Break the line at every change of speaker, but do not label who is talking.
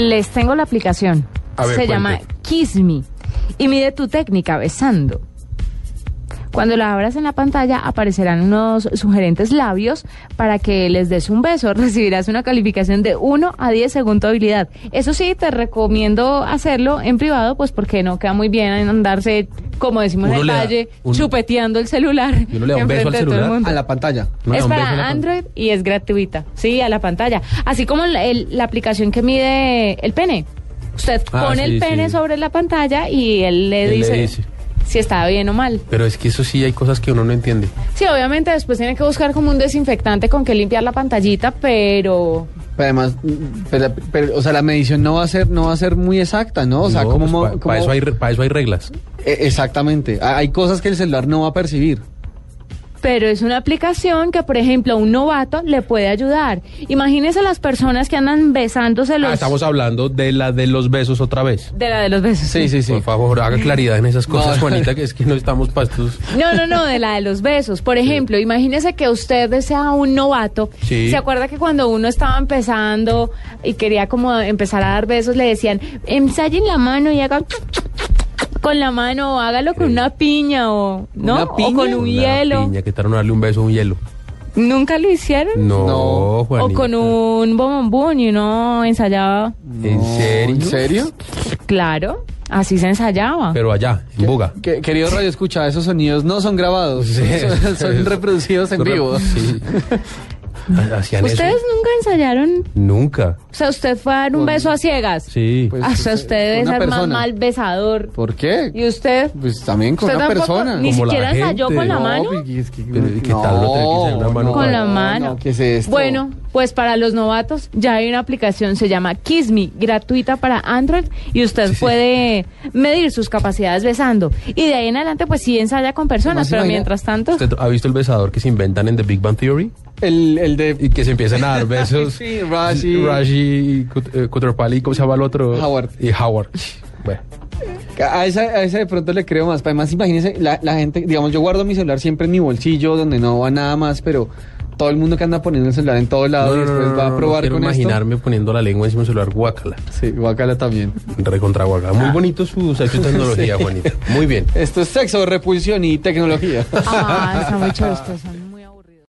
Les tengo la aplicación.
A ver,
Se
cuente.
llama Kiss Me y mide tu técnica besando. Cuando la abras en la pantalla aparecerán unos sugerentes labios para que les des un beso. Recibirás una calificación de 1 a 10 según tu habilidad. Eso sí, te recomiendo hacerlo en privado, pues porque no queda muy bien en andarse, como decimos en
Uno
la
le da-
calle,
uno-
chupeteando el celular.
Y uno le da un beso al
enfrente de todo el
celular.
mundo.
A la pantalla.
Uno le da
es
un beso en la
para
pan-
Android y es gratuita. Sí, a la pantalla. Así como la, el- la aplicación que mide el pene. Usted
Ah,
pone
sí,
el pene
sí.
sobre la pantalla y él le,
Él le
dice,
dice.
si está bien o mal.
Pero es que eso sí hay cosas que uno no entiende.
Sí, obviamente después tiene que buscar como un desinfectante con que limpiar la pantallita, pero
Pero además, mm, pero- pero, o sea, la medición no va a ser, no va a ser muy exacta, ¿no? O sea, como
para eso hay re- pues, pa' eso hay reglas.
exactamente. Ah, Hay cosas que el celular no va a percibir.
pero es una aplicación que, por ejemplo, a un novato le puede ayudar. Imagínense las personas que andan besándose los
Ah, estamos hablando de la de los besos otra vez.
de la de los besos.
Sí, sí, sí.
Por favor, haga claridad en esas cosas,
No.
Juanita, que es que no estamos pastos.
No, no, no, de la de los besos. Por ejemplo, imagínese que usted sea un novato.
Sí.
¿Se acuerda que cuando uno estaba empezando y quería como empezar a dar besos, le decían, ensayen la mano y hagan con la mano o hágalo con
Sí.
una piña o, ¿no?
¿Una
O
piña?
con un
Una
hielo.
Piña, que tal no darle un beso a un hielo.
¿Nunca lo hicieron?
No,
No.
Juanita.
O con un bombombón y uno ensayaba.
¿En serio?
¿En serio?
Claro, así se ensayaba.
Pero allá, en Buga.
Que- querido Radio Escucha, esos sonidos no son grabados, son, son reproducidos en
Son re-
vivo.
Sí. Hacían eso.
¿Ustedes nunca ensayaron?
Nunca.
O sea, usted fue a dar un beso a ciegas.
Sí. eh,
Pues,
O sea, usted es
una
el más
persona.
mal besador.
¿Por qué?
¿Y usted?
Pues también con
¿Usted
una
tampoco
persona.
ni
Como la
siquiera ensayó
gente.
con la
No,
mano?
Vicky, es que-
Pero, ¿y qué tal? Lo tiene que ser una mano
Con la
pues, no,
mano.
no, ¿Qué es esto?
Bueno, pues para los novatos ya hay una aplicación, se llama Kiss Me, gratuita para Android y usted
Sí, sí.
puede medir sus capacidades besando. Y de ahí en adelante pues sí ensaya con personas,
Además,
pero
imagina-
mientras tanto...
¿Usted ha visto el besador que se inventan en The Big Bang Theory?
el, el de
Y que se empiezan a dar besos.
Sí, Rashi.
Rashi y Kut- eh, Kutrapali, ¿cómo se llama el otro?
Howard.
Y Howard. Bueno,
a esa, a esa de pronto le creo más. Además, imagínense, la, la gente, digamos, yo guardo mi celular siempre en mi bolsillo, donde no va nada más, pero todo el mundo que anda poniendo el celular en todo lado y Ah, después va a probar
quiero
con
imaginarme poniendo la lengua encima del celular guácala.
esto. Sí, guacala también.
Recontra guácala.
Ah.
Muy bonito su sexo y tecnología, Juanita. Muy bien.
Esto es sexo, repulsión y tecnología.
Ah, está muy chistoso. ¿no?